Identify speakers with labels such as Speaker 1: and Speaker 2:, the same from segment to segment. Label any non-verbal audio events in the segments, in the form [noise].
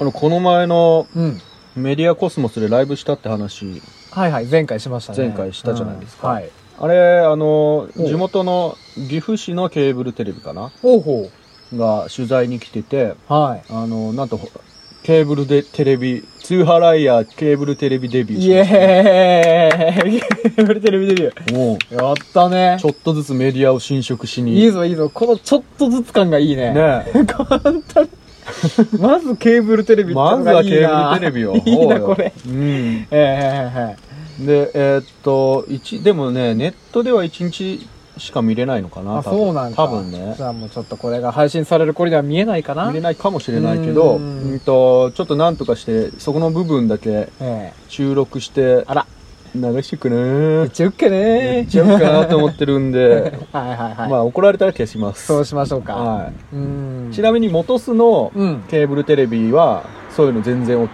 Speaker 1: あの、この前の
Speaker 2: うん。
Speaker 1: メディアコスモスでライブしたって話、
Speaker 2: はいはい、前回しましたね。
Speaker 1: 前回したじゃないですか
Speaker 2: うんはい。
Speaker 1: あれ、あの、
Speaker 2: お
Speaker 1: 地元の岐阜市のケーブルテレビかな
Speaker 2: ほうほ
Speaker 1: が取材に来てて、
Speaker 2: う。はい。
Speaker 1: あの、なんと、ケーブルでテレビ、ツーハライヤーケーブルテレビデビュー
Speaker 2: イエーイケーブルテレビデビュ
Speaker 1: もう、
Speaker 2: ー。やったね
Speaker 1: ち。ょっとずつメディアを侵食しに。
Speaker 2: いいぞいいぞ。このちょっとずつ感がいいね。
Speaker 1: ねえ
Speaker 2: まずケーブルテレビって
Speaker 1: ま
Speaker 2: の
Speaker 1: ずは
Speaker 2: がいい
Speaker 1: ケー
Speaker 2: な
Speaker 1: ブルテレビを。
Speaker 2: [laughs] いい
Speaker 1: おう
Speaker 2: な、
Speaker 1: よ
Speaker 2: これ。。
Speaker 1: うん。
Speaker 2: ええ
Speaker 1: で、えーっと、一、でもね、ネットでは一日しか見れないのかな。
Speaker 2: あ、
Speaker 1: 多分
Speaker 2: そうなんか。
Speaker 1: 多分ね
Speaker 2: じ。ゃあもうちょっとこれが配信される頃には見えないかな
Speaker 1: 見れないかもしれないけど、
Speaker 2: う
Speaker 1: うんんと、ちょっとなんとかして、そこの部分だけ
Speaker 2: え
Speaker 1: 収録して
Speaker 2: え、あら、
Speaker 1: 流してく
Speaker 2: め
Speaker 1: ね
Speaker 2: っちゃウッケね
Speaker 1: やっちゃおうかなと思ってるんで、
Speaker 2: [laughs] はい [laughs] はいはい。
Speaker 1: まあ怒られたら消します。
Speaker 2: そうしましょうか。
Speaker 1: は
Speaker 2: うーん。
Speaker 1: い。ちなみに元巣の
Speaker 2: うん。
Speaker 1: ケーブルテレビは、そういうの全然 OK。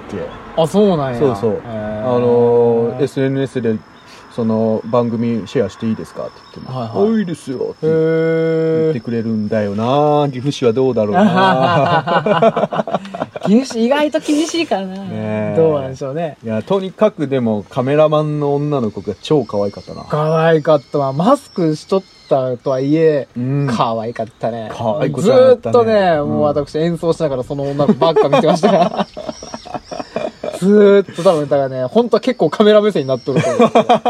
Speaker 2: あ、そうなんや。
Speaker 1: そうそう
Speaker 2: え
Speaker 1: あ
Speaker 2: ー
Speaker 1: のー SNS で、その番組シェアしていいですかって言っても、
Speaker 2: はいはい
Speaker 1: あいですよって
Speaker 2: へ
Speaker 1: 言って言っ
Speaker 2: ー
Speaker 1: てくれるんだよな岐阜市はどうだろうな
Speaker 2: [laughs] 厳しい、意外と厳しいからな。
Speaker 1: ねえ
Speaker 2: どうなんでしょう [laughs] ね。
Speaker 1: いや、とにかくでもカメラマンの女の子が超可愛かったな。
Speaker 2: 可愛かったわ。マスクしとったとはいえ、
Speaker 1: うん
Speaker 2: 可愛かったね。
Speaker 1: 可愛い子ち
Speaker 2: ず
Speaker 1: ゃんだ
Speaker 2: ー
Speaker 1: っ
Speaker 2: った
Speaker 1: ね
Speaker 2: とね、
Speaker 1: うん
Speaker 2: もう私演奏しながらその女の子ばっか見てました
Speaker 1: [laughs]
Speaker 2: から。ずーっと多分、だからね、本当は結構カメラ目線になっとると思う。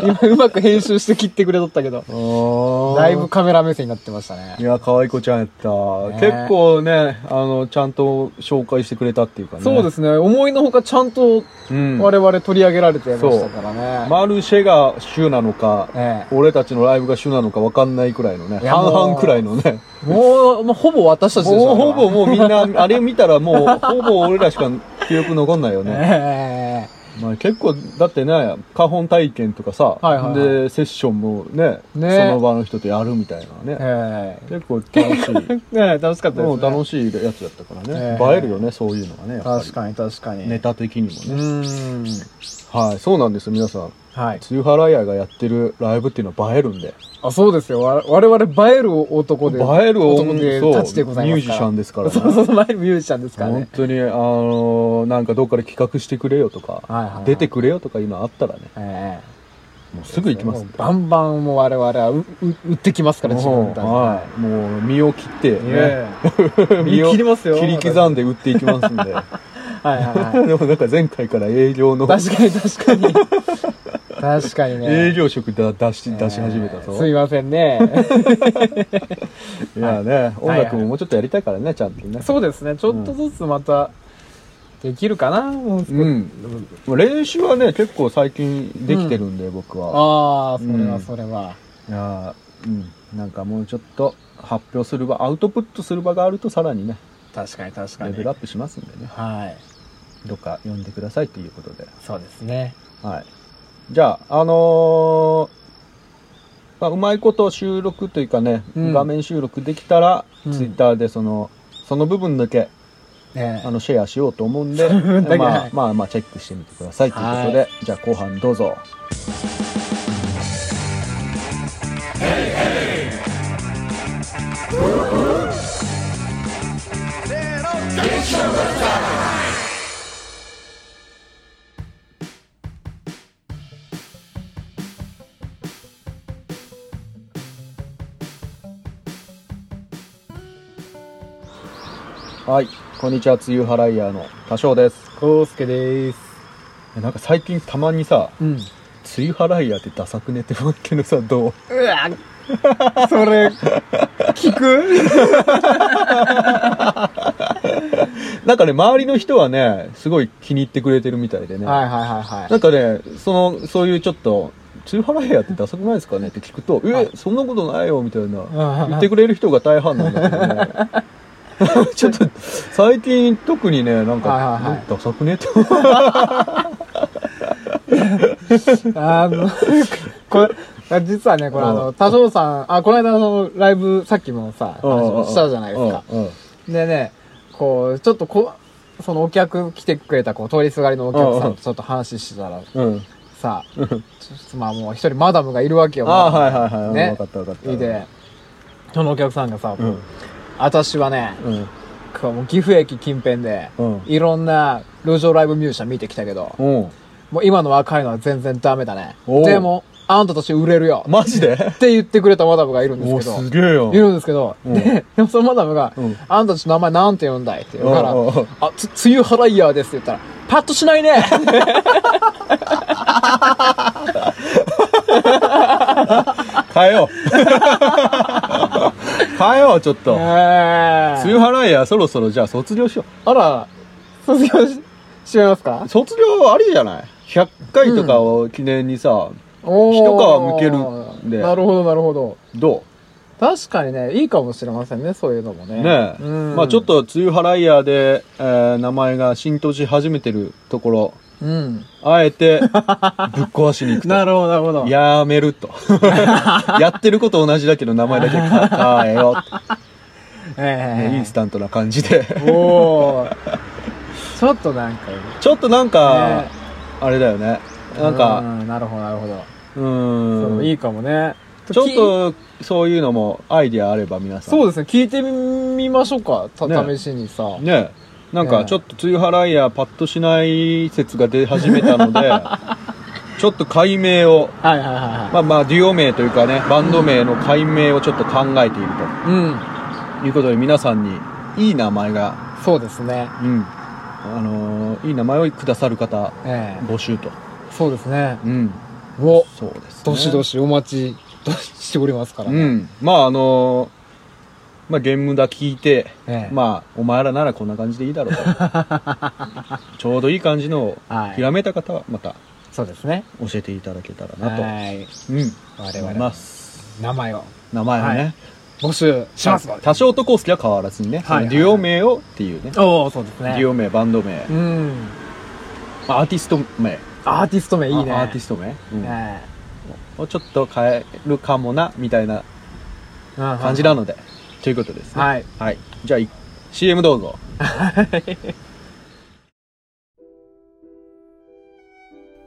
Speaker 2: 今うまく編集して切ってくれとっ
Speaker 1: [laughs]
Speaker 2: たけど、だ
Speaker 1: だ
Speaker 2: いぶ。カメラ目線になってましたね
Speaker 1: い。や、可愛い子ちゃんやった。
Speaker 2: ね
Speaker 1: 結構ね、あの、ちゃんと紹介してくれたっていうかね。
Speaker 2: そうですね、思いのほかちゃんと
Speaker 1: す。うん。
Speaker 2: 我々取り上げられてましたからね。
Speaker 1: マルシェが主なのか、
Speaker 2: ええ
Speaker 1: 俺たちのライブが主なのか分かんないくらいのね、
Speaker 2: いや
Speaker 1: 半
Speaker 2: もう
Speaker 1: 々くらいのね。
Speaker 2: もう、まあ、ほぼ私たちでし
Speaker 1: も
Speaker 2: ょ
Speaker 1: うほぼ
Speaker 2: ね。
Speaker 1: もうみんな、あれ見たらもう、ほぼ俺らしか記憶残んないよね。
Speaker 2: [laughs] え
Speaker 1: まあ、結構、だってね、花本体験とかさ、
Speaker 2: はいはいはい
Speaker 1: で、セッションもね
Speaker 2: ね
Speaker 1: その場の人とやるみたいな
Speaker 2: え
Speaker 1: ね。
Speaker 2: え
Speaker 1: 結構楽しい。
Speaker 2: えねえ楽しかったです、ね。
Speaker 1: もう楽しいやつだったからね。
Speaker 2: ええ
Speaker 1: 映えるよね、そういうのがね。やっぱり
Speaker 2: 確かに確かに。
Speaker 1: ネタ的に
Speaker 2: う
Speaker 1: もね。
Speaker 2: ーん。
Speaker 1: はい、そうなんですよ、皆さん。
Speaker 2: はい。
Speaker 1: ツーハライヤーがやってるライブっていうのは映えるんで。
Speaker 2: あ、そうですよ。わ我々、映える男で。
Speaker 1: 映える
Speaker 2: 男で
Speaker 1: そう
Speaker 2: 立ちでございます
Speaker 1: ミュージ
Speaker 2: から。
Speaker 1: シャンですからね
Speaker 2: そうそうそう、映えるミュージシャンですから
Speaker 1: 本
Speaker 2: ね。
Speaker 1: 当に、あのーなんかどっかで企画してくれよとか、
Speaker 2: はいはいはい
Speaker 1: 出てくれよとかいうのあったらね、
Speaker 2: え
Speaker 1: もうすぐ行きます
Speaker 2: も
Speaker 1: ん
Speaker 2: う
Speaker 1: で。
Speaker 2: バンバンもう我々はうう売ってきますから、自分たちで。
Speaker 1: はい。もう、身を切って、ね、
Speaker 2: ええ見 [laughs] 切りますよ。
Speaker 1: 切り刻んで売っていきますん
Speaker 2: [laughs]
Speaker 1: で。
Speaker 2: はいはいはい。
Speaker 1: でもなんか前回から営業 [laughs] の、
Speaker 2: 確かに確かに。確かにね。
Speaker 1: 営業職だ出し、出し始めた
Speaker 2: えーすい
Speaker 1: ぞ。
Speaker 2: ませんね。
Speaker 1: いやね、音
Speaker 2: はいはい
Speaker 1: 楽ももうちょっとやりたいからね、ちゃんとね。
Speaker 2: そうですね、ちょっとずつまた、できるかな、もう少し
Speaker 1: うん。練習はね、結構最近できてるんで、僕は。
Speaker 2: ああ、それ
Speaker 1: う
Speaker 2: は
Speaker 1: ん
Speaker 2: それは。
Speaker 1: いやーうん。なんかもうちょっと発表する場、アウトプットする場があるとさらにね、
Speaker 2: 確かに確か
Speaker 1: レ
Speaker 2: に
Speaker 1: ベ。ルアップしますんでね。
Speaker 2: はい。
Speaker 1: どっか呼んでくださいということで。
Speaker 2: そうですね。
Speaker 1: はい。じゃあ、あのーまあ、うまいこと収録というかね、
Speaker 2: うん
Speaker 1: 画面収録できたら、
Speaker 2: うん
Speaker 1: ツイッターでその、その部分だけ、
Speaker 2: ね
Speaker 1: あの、シェアしようと思うんで、
Speaker 2: 分だけ
Speaker 1: ま
Speaker 2: は
Speaker 1: あ
Speaker 2: い、
Speaker 1: まあ、まあ、チェックしてみてくださいということで、じゃあ後半どうぞ。はい。こんにちは、梅雨払いヤーの多少です。
Speaker 2: コウスケです。
Speaker 1: えなんか最近たまにさ、
Speaker 2: うん。
Speaker 1: 梅雨払いヤーってダサくねって思ってるさ、どう [laughs]
Speaker 2: うわそれ、聞く
Speaker 1: なんかね、周りの人はね、すごい気に入ってくれてるみたいでね。
Speaker 2: はいはいはいはい。
Speaker 1: なんかね、その、そういうちょっと、ツーハラヘアってダサくないですかねって聞くと、え、そんなことないよ、みたいな。言ってくれる人が大半なんだ
Speaker 2: [laughs]
Speaker 1: けど [laughs] ね。ちょっと、最近特にね、なん
Speaker 2: はいはいはい
Speaker 1: か、ダサくね
Speaker 2: [laughs]
Speaker 1: って。
Speaker 2: あの、これ、実はね、これあの、多少さん、あ、この間のライブ、さっきもさ、話もしたじゃないですか。
Speaker 1: [laughs] うん。うん
Speaker 2: でね、こう、ちょっとこ、そのお客来てくれた、こう、通りすがりのお客さんとちょっと話してたら
Speaker 1: うん。
Speaker 2: さ、ちょっとまあもう一人マダムがいるわけよ。
Speaker 1: ああ、
Speaker 2: マ
Speaker 1: はい
Speaker 2: ダム
Speaker 1: はいはい。
Speaker 2: ね
Speaker 1: 分かった分かった。
Speaker 2: い。で、そのお客さんがさ、
Speaker 1: うん。
Speaker 2: 私はね、
Speaker 1: うん。
Speaker 2: かもう岐阜駅近辺で、
Speaker 1: うん
Speaker 2: いろんな路上ライブミュージシャン見てきたけど、
Speaker 1: うん。
Speaker 2: もう今の若いのは全然ダメだね。
Speaker 1: おう
Speaker 2: でも、あんたたち売れるよ。
Speaker 1: マジで
Speaker 2: って言ってくれたマダムがいるんです
Speaker 1: お
Speaker 2: けど。
Speaker 1: すげえよ
Speaker 2: い。るんですけど、
Speaker 1: うん
Speaker 2: で、でもそのマダムが、
Speaker 1: うん
Speaker 2: あんたたちの名前なんて呼んだいって言うから、
Speaker 1: おうおうおう
Speaker 2: あ、つ、梅雨払いヤーですって言ったら、パッとし
Speaker 1: [laughs]
Speaker 2: ないね
Speaker 1: 変えよう。 [laughs] 変えよう、ちょっと。梅
Speaker 2: えー
Speaker 1: 雨払いや、そろそろじゃあ卒業しよ
Speaker 2: あら、卒業し、しまいますか
Speaker 1: う。卒業ありじゃない ?100 回とかを記念にさ、
Speaker 2: おー
Speaker 1: 一皮むけるんで
Speaker 2: なるほど、なるほど。
Speaker 1: ど
Speaker 2: 確かにね、いいかもしれませんね、そういうのも
Speaker 1: う
Speaker 2: ね。
Speaker 1: ねえ。
Speaker 2: うん
Speaker 1: まあちょっ、と梅雨払いやで、えー名前が浸透し始めてるところ、
Speaker 2: うん。
Speaker 1: あえ
Speaker 2: [laughs]
Speaker 1: て、ぶっ壊しに行くと。
Speaker 2: なるほど、なるほど。
Speaker 1: やめる
Speaker 2: [laughs]
Speaker 1: と。やってること同じだけど名前だけ変えようっ
Speaker 2: え
Speaker 1: て。
Speaker 2: え
Speaker 1: インスタントな感じで。
Speaker 2: おお。ちょっとなんか、
Speaker 1: ちょっとなんか、
Speaker 2: ね
Speaker 1: あれだよね。なん
Speaker 2: う
Speaker 1: か、
Speaker 2: なるほど、なるほど。
Speaker 1: う
Speaker 2: そう
Speaker 1: ー
Speaker 2: い
Speaker 1: ん。
Speaker 2: いかもね。
Speaker 1: ち
Speaker 2: き
Speaker 1: ょっと、そういうのもアイディアあれば皆さん。
Speaker 2: そう
Speaker 1: う
Speaker 2: ですね、聞いてみましょうか、た、
Speaker 1: ね
Speaker 2: 試しにさ。
Speaker 1: ね。なん
Speaker 2: ね
Speaker 1: か、ちょっと梅雨払いやパッとしない説が出始めたの
Speaker 2: [laughs]
Speaker 1: で、ちょっと解明を、
Speaker 2: はいはいはいはい。
Speaker 1: まあまあ、デュオ名というかね、バンド名の解明をちょっと考えている
Speaker 2: うん。
Speaker 1: ということで、皆さんにいい名前が
Speaker 2: そうですね。
Speaker 1: うん、あのーいい名前をくださる方
Speaker 2: ええ
Speaker 1: 募集と、
Speaker 2: そうですね。
Speaker 1: うん、
Speaker 2: お、
Speaker 1: そうです、ね、
Speaker 2: どしど
Speaker 1: し
Speaker 2: しお待ちどししておりますから
Speaker 1: う
Speaker 2: ね。
Speaker 1: んまああのーまあ、ゲームだ聞いて、
Speaker 2: ええ
Speaker 1: まあ、お前らならこんな感じでいいだ [laughs] ろうと。ちょうどいい感じのを
Speaker 2: はい
Speaker 1: ひらめいた方は、また
Speaker 2: そうですね。
Speaker 1: 教えていただけたらなと、
Speaker 2: はい。
Speaker 1: うん、
Speaker 2: 我々
Speaker 1: 思います。
Speaker 2: 名前を
Speaker 1: 名前をね、
Speaker 2: はい募集しますので。
Speaker 1: 多少とコースケは変わらずにね、
Speaker 2: は
Speaker 1: そ
Speaker 2: い
Speaker 1: のデュオ名をっていうね、
Speaker 2: おお、そうです
Speaker 1: デュ
Speaker 2: ね。
Speaker 1: オ名、バンド名
Speaker 2: う、ん。
Speaker 1: まあアーティスト名、
Speaker 2: アーティスト名いいね。
Speaker 1: あアーティスト名、うん
Speaker 2: え
Speaker 1: をちょっと変えるかもな、みたいな
Speaker 2: え感
Speaker 1: 感じなので、ということですね。
Speaker 2: はい。
Speaker 1: はい。じゃあ、い CM どうぞ。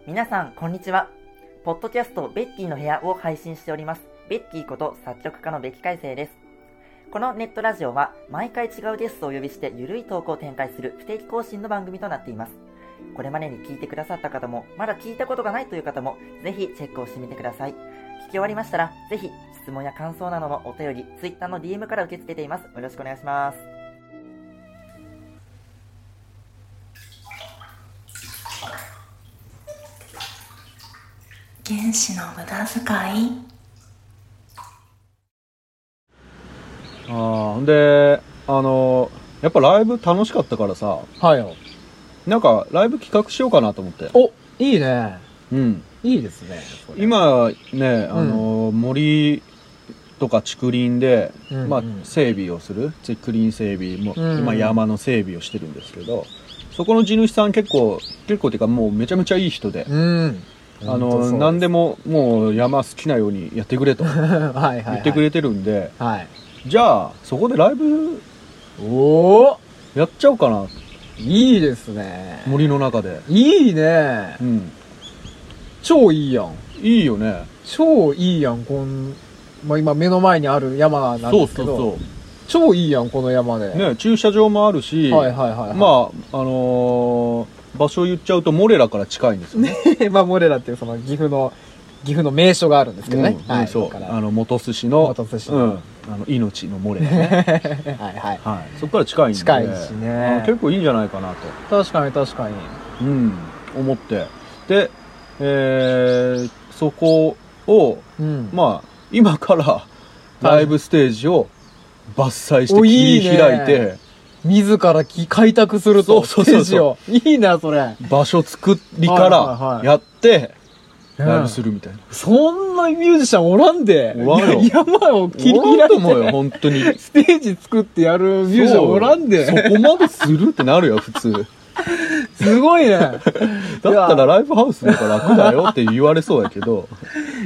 Speaker 3: 皆さん、こんにちは。ポッドキャスト、ベッキーの部屋を配信しております。ベッキーこと作曲家のベキ海星です。このネットラジオは、毎回違うゲストをお呼びして、ゆるいトークを展開する不定期更新の番組となっています。これまでに聞いてくださった方も、まだ聞いたことがないという方も、ぜひチェックをしてみてください。聞き終わりましたら、ぜひ、質問や感想などのお便り、Twitter の DM から受け付けています。よろしくお願いします。
Speaker 4: 原子の無駄遣い
Speaker 1: ああ、ほんで、あのーやっぱライブ楽しかったからさ、
Speaker 2: はいよ。
Speaker 1: なんかライブ企画しようかなと思って。
Speaker 2: お、いいね。
Speaker 1: うん。
Speaker 2: いいですね。それ、
Speaker 1: 今ね、あのー森とか竹林で、
Speaker 2: うんうん
Speaker 1: まあ、整備をする。竹林整備も、
Speaker 2: うんうん
Speaker 1: 今山の整備をしてるんですけど、そこの地主さん結構、結構っていうかもうめちゃめちゃいい人で、
Speaker 2: うん。
Speaker 1: あのー何
Speaker 2: で
Speaker 1: でももう山好きなようにやってくれと
Speaker 2: [laughs] はいはい、はい。
Speaker 1: 言ってくれてるんで、
Speaker 2: はい。
Speaker 1: じゃあ、そこでライブ
Speaker 2: おお
Speaker 1: やっちゃおうかな。
Speaker 2: いいですね。
Speaker 1: 森の中で。
Speaker 2: いいね
Speaker 1: う。ん。
Speaker 2: 超いいやん。
Speaker 1: いいよね。
Speaker 2: 超いいやん、こん、まあ、今目の前にある山な
Speaker 1: そ
Speaker 2: んで
Speaker 1: う
Speaker 2: すけ
Speaker 1: そ
Speaker 2: ど。
Speaker 1: うそ
Speaker 2: 超いいやん、この山で。
Speaker 1: う。ね、駐車場もあるし、
Speaker 2: はいはいはいはい。 [laughs]
Speaker 1: まあ、あのー場所言っちゃうとモレラから近いんですよね。
Speaker 2: あ、まあ、モレラっていうその岐阜の、岐阜の名所があるんですけどね。
Speaker 1: うん
Speaker 2: [laughs] は
Speaker 1: うん
Speaker 2: い。
Speaker 1: そ
Speaker 2: だ
Speaker 1: う。
Speaker 2: から
Speaker 1: あの、元寿司の、
Speaker 2: 元寿司
Speaker 1: う
Speaker 2: の
Speaker 1: ん。あの、命のモレラね。
Speaker 2: はいはい。
Speaker 1: はい。そこから近いんで。
Speaker 2: 近いし
Speaker 1: あ
Speaker 2: ね
Speaker 1: 結構いいんじゃないかな
Speaker 2: 確かに確かに。
Speaker 1: と、うん、思って。で、えー、そこを、
Speaker 2: うん。
Speaker 1: まあ、今からライブステージを伐採して
Speaker 2: おいい
Speaker 1: 切
Speaker 2: ね
Speaker 1: り開いて、
Speaker 2: 自らき開拓すると、
Speaker 1: そうそうそうそ
Speaker 2: ステージをいいな、それ。
Speaker 1: 場所作りか
Speaker 2: はいはい
Speaker 1: ら
Speaker 2: はい
Speaker 1: やって、ライ
Speaker 2: うん
Speaker 1: ブするみたいな。
Speaker 2: そんなミュージシャンおらんで。
Speaker 1: おらんよ
Speaker 2: 山を切り開い
Speaker 1: おらん
Speaker 2: て
Speaker 1: と思うよ、本当に。ミュ
Speaker 2: ステージ作ってやるミュージシャンおらん [laughs]
Speaker 1: そ
Speaker 2: で。
Speaker 1: こまでするってなるよ、普通。だっ
Speaker 2: すごいね。
Speaker 1: たらライブハウスの方が楽だよって言われそうやけど、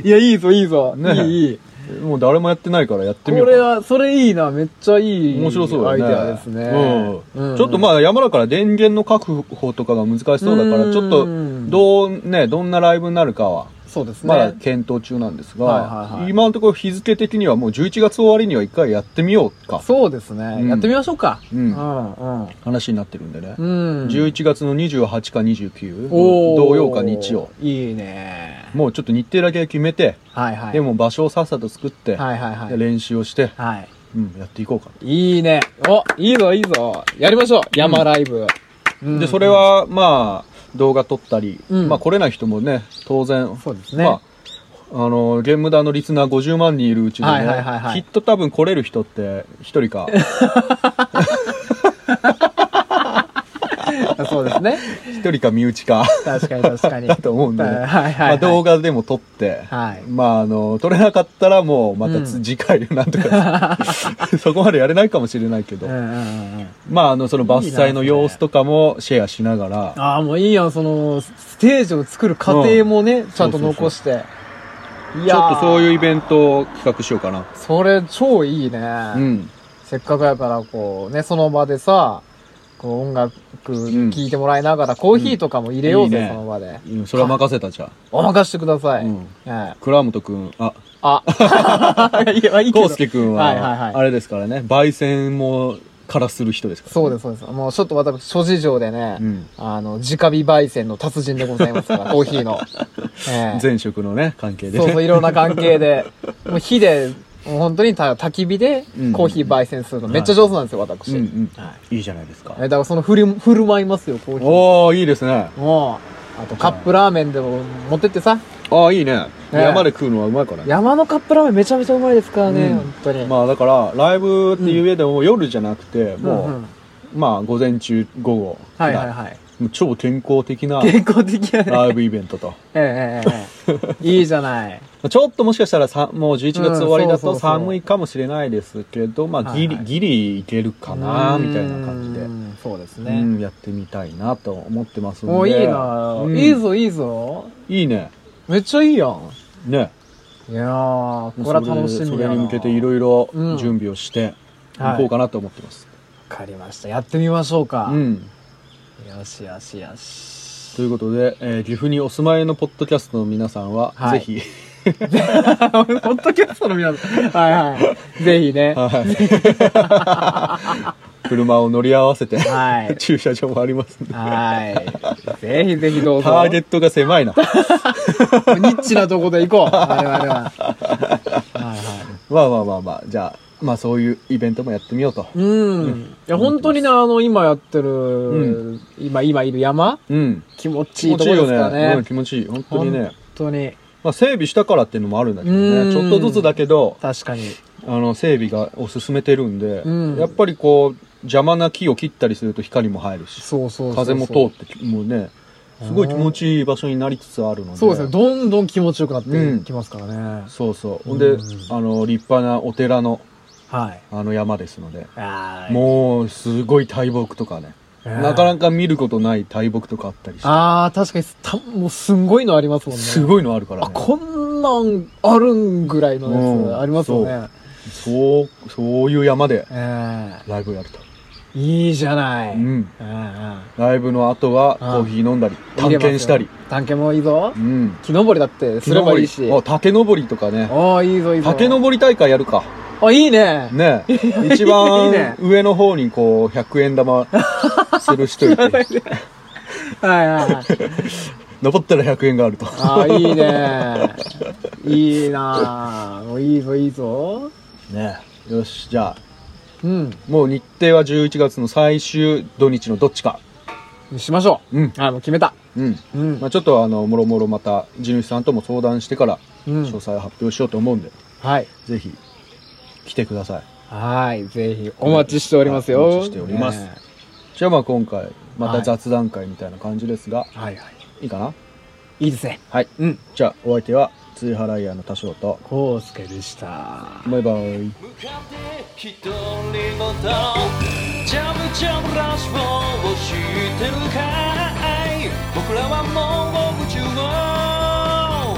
Speaker 2: いや、いいぞ、いいぞ。
Speaker 1: ね
Speaker 2: いい、いい。
Speaker 1: もう誰もやってないからやって
Speaker 2: こ
Speaker 1: みよう
Speaker 2: れ
Speaker 1: かな。
Speaker 2: は、それいいな。めっちゃいい。
Speaker 1: 面白そうだよね。
Speaker 2: アイデアですね。
Speaker 1: うんちょっとまあ山だから電源の確保とかが難しそうだか
Speaker 2: う
Speaker 1: ら、
Speaker 2: ん
Speaker 1: ちょっと、どうね、どんなライブになるかは、
Speaker 2: そうですね。
Speaker 1: まだ検討中なんですが、
Speaker 2: はいはいはい
Speaker 1: 今のところ日付的にはもう11月終わりには一回やってみようか、
Speaker 2: そうですね、
Speaker 1: うん
Speaker 2: やってみましょうか。
Speaker 1: う
Speaker 2: うんん、
Speaker 1: 話になってるんでね
Speaker 2: う、ん。うん。
Speaker 1: 11月の28か29
Speaker 2: おー
Speaker 1: 土曜か日曜。
Speaker 2: いいね。
Speaker 1: もうちょっと日程だけ決めて、
Speaker 2: はいはい。
Speaker 1: で、も場所をさっさと作って、
Speaker 2: はいはいは
Speaker 1: で
Speaker 2: い。
Speaker 1: 練習をして、
Speaker 2: はい。
Speaker 1: うん、やっていこうか、
Speaker 2: いいね。お、いいぞいいぞ。やりましょう。山ライブ。うん
Speaker 1: でそれ、はまあ動画撮ったり、
Speaker 2: うん
Speaker 1: まあ来れない人もね当然
Speaker 2: そうですね。
Speaker 1: まああのゲームダーのリスナー50万人いるうちでね、
Speaker 2: はいはいはいはい
Speaker 1: きっと多分来れる人って一人
Speaker 2: [laughs]
Speaker 1: か
Speaker 2: [laughs] そうですね。
Speaker 1: 一人か身内か
Speaker 2: 確かに確 [laughs] かに。
Speaker 1: だと思うんでね、
Speaker 2: はいはい
Speaker 1: ま
Speaker 2: は
Speaker 1: あ、
Speaker 2: い。
Speaker 1: 動画でも撮って、
Speaker 2: はい
Speaker 1: まああの撮れなかったらもうまたつ
Speaker 2: うん
Speaker 1: 次回なんと
Speaker 2: [laughs]
Speaker 1: か、そこまでやれないかもしれないけど、
Speaker 2: うんうんうんうん。
Speaker 1: まああのその伐採の様子とかもシェアしながら
Speaker 2: ああ、もういいやん。その、ステージを作る過程もね、ちゃんと残して。い
Speaker 1: ち
Speaker 2: や
Speaker 1: ょ
Speaker 2: ー
Speaker 1: っとそういうイベントを企画しようかな
Speaker 2: それ超いいね。
Speaker 1: うん
Speaker 2: せっかくやから、こうね、その場でさ、こう音楽聴いてもらいながら、コーヒーとかも入れようぜ、
Speaker 1: うんいいね
Speaker 2: その場で。
Speaker 1: うんそれは任せたじゃん
Speaker 2: お任せしてください。
Speaker 1: うん
Speaker 2: はい。
Speaker 1: 倉本くん、あ、 [laughs]
Speaker 2: あ、いや、いいけ
Speaker 1: コウ
Speaker 2: ど
Speaker 1: ス。ケくん
Speaker 2: はいはいはい
Speaker 1: は、あれですからね、焙煎もからする人ですから、。
Speaker 2: そうですす、そうです。もうちょっと私、諸事情でね、
Speaker 1: うん
Speaker 2: あの、直火焙煎の達人でございますから、コーヒ
Speaker 1: [laughs]
Speaker 2: ーの。ええ
Speaker 1: 前職のね、関係で
Speaker 2: そう
Speaker 1: ね。
Speaker 2: そう、いろんな関
Speaker 1: [laughs]
Speaker 2: 係で。もう火で、もう本当にた焚き火で
Speaker 1: うん
Speaker 2: コーヒー焙煎するのめっちゃ上手なんですよ、私。
Speaker 1: うんうん
Speaker 2: はい
Speaker 1: いいじゃないですか
Speaker 2: え。だからその振る、振る舞いますよ、コーヒー。
Speaker 1: おー、いいですね。
Speaker 2: もう、あとカップラーメンでも持ってってさ、
Speaker 1: あー、いいね。
Speaker 2: ええ
Speaker 1: 山で食うのはうまいからね。
Speaker 2: 山のカップラーメンめちゃめちゃうまいですからね、
Speaker 1: うん
Speaker 2: 本当に。
Speaker 1: まあだから、ライブっていう上でも夜じゃなくて、
Speaker 2: うんう
Speaker 1: も
Speaker 2: ん、
Speaker 1: う、まあ午前中、午後。
Speaker 2: はいはいはい。
Speaker 1: もう超健康的な
Speaker 2: 健康的やね。
Speaker 1: ライブイベントと。
Speaker 2: ええ
Speaker 1: [laughs]
Speaker 2: ええええ。いいじゃない。
Speaker 1: ちょっともしかしたらさ、もう11月終わりだ
Speaker 2: うんそうそうそ
Speaker 1: と
Speaker 2: う
Speaker 1: 寒いかもしれないですけど、まあギ
Speaker 2: はい
Speaker 1: リ、
Speaker 2: はい
Speaker 1: ギリいけるかな、みたいな感じで
Speaker 2: う。ん。そうです
Speaker 1: う
Speaker 2: ね。
Speaker 1: ん、やってみたいなと思ってますんで。
Speaker 2: もういいな、
Speaker 1: うん
Speaker 2: いいぞいいぞ。
Speaker 1: いいね。
Speaker 2: めっちゃいいやん。
Speaker 1: ね。
Speaker 2: いやー、これは楽しみやな
Speaker 1: それに向けていろいろ準備をしてい
Speaker 2: はい
Speaker 1: こうかなと思ってます。
Speaker 2: わかりました。やってみましょうか。
Speaker 1: うん。
Speaker 2: よしよしよし。 [laughs]
Speaker 1: ということで、えー岐阜にお住まいのポッドキャストの皆さんは、
Speaker 2: はい
Speaker 1: ぜひ、
Speaker 2: ホットキャストの皆さん。はいはい。ぜひね。は [laughs]
Speaker 1: はい。 [laughs] 車を乗り合わせて、
Speaker 2: い。
Speaker 1: 駐車場もありますんで。
Speaker 2: はい。ぜひぜひどうぞ。
Speaker 1: ターゲットが狭いな。
Speaker 2: ニッチなとこで行こう。我々は。はいは
Speaker 1: まあまあまあまあ、じゃあ、まあそういうイベントもやってみようと
Speaker 2: い。。うん。いや、本当にね、あの、今やってる
Speaker 1: う、
Speaker 2: 今、今いる山、
Speaker 1: うん。
Speaker 2: 気持
Speaker 1: 気
Speaker 2: ちいい
Speaker 1: 持
Speaker 2: と
Speaker 1: ち
Speaker 2: こ
Speaker 1: いい
Speaker 2: です
Speaker 1: よ
Speaker 2: から
Speaker 1: ね。うん、
Speaker 2: ね。
Speaker 1: 気持ちいい。本当にね。
Speaker 2: 本当に。
Speaker 1: まあ、整備したからっていうのもあるんだけど
Speaker 2: うん
Speaker 1: ねちょっとずつだけど
Speaker 2: 確かに。
Speaker 1: あの整備がおすすめてるんで、
Speaker 2: うん
Speaker 1: やっぱりこう邪魔な木を切ったりすると光も入るし
Speaker 2: そうそうそう
Speaker 1: 風
Speaker 2: そう
Speaker 1: も通ってもうねすごい気持ちいい場所になりつつあるので
Speaker 2: そうですね。どんどん気持ちよくな
Speaker 1: う
Speaker 2: って
Speaker 1: ん
Speaker 2: きますからね。
Speaker 1: そうそうほん
Speaker 2: う
Speaker 1: で
Speaker 2: ん
Speaker 1: あの立派なお寺の
Speaker 2: はい。
Speaker 1: あの山ですので
Speaker 2: あー
Speaker 1: もうすごい大木とかね
Speaker 2: えー
Speaker 1: なかなか見ることない大木とかあったりして
Speaker 2: ああ、確かにた、もうすんごいのありますもんね。
Speaker 1: すごいのあるから
Speaker 2: あ、
Speaker 1: ね
Speaker 2: こんなんあるんぐらいの
Speaker 1: う
Speaker 2: や
Speaker 1: ん
Speaker 2: つありますよね。
Speaker 1: そうそういう山で
Speaker 2: え
Speaker 1: ライブをやると、
Speaker 2: えいいじゃない。
Speaker 1: う
Speaker 2: え
Speaker 1: ん、
Speaker 2: ええ
Speaker 1: ライブの後はコーヒー飲んだり
Speaker 2: え
Speaker 1: 探検した。り
Speaker 2: 入れますよ探検もいいぞ
Speaker 1: う。ん
Speaker 2: 木登りだってすればいいし。
Speaker 1: あ竹登りとかね
Speaker 2: ああ、いいぞ、いいぞ。
Speaker 1: 竹登り大会やるか
Speaker 2: あ、 [laughs] いいね。
Speaker 1: ね一
Speaker 2: いいね
Speaker 1: 番上の方にこう100円玉する
Speaker 2: [laughs]
Speaker 1: 人いて
Speaker 2: はいはいはい。
Speaker 1: 登ったら100円があると
Speaker 2: ああ、いいね。いいなあもういいぞ、いいぞ。
Speaker 1: [laughs] ねよしじゃあ
Speaker 2: うん。
Speaker 1: もう日程は11月の最終土日のどっちか
Speaker 2: しましょう。
Speaker 1: うん
Speaker 2: あもう決めた。
Speaker 1: うん、
Speaker 2: うん
Speaker 1: ま。あ、ちょっとあのもろもろまた地主さんとも相談してから
Speaker 2: うん
Speaker 1: 詳細を発表しようと思うんで、
Speaker 2: はい。
Speaker 1: ぜひ来てください
Speaker 2: はい。ぜひ、お待ちしておりますよ。
Speaker 1: お待ちしております
Speaker 2: ね
Speaker 1: じゃあまあ今回ま
Speaker 2: は
Speaker 1: た
Speaker 2: い
Speaker 1: 雑談会みたいな感じですが、
Speaker 2: えはいはい。
Speaker 1: いいかない
Speaker 2: いですね。
Speaker 1: はい
Speaker 2: うん。
Speaker 1: じゃあお相手はツイハライヤーの多少と
Speaker 2: コウスケでした。
Speaker 1: バイバイ
Speaker 5: 向かって一人ごとジャブジャブラッシュをしてるかい僕らはもう夢中を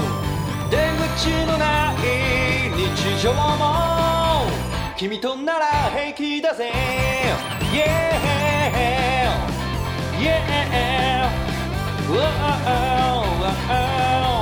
Speaker 5: 出口のない日常も君となら平気だぜ Yeah Yeah Whoa, oh, oh, oh.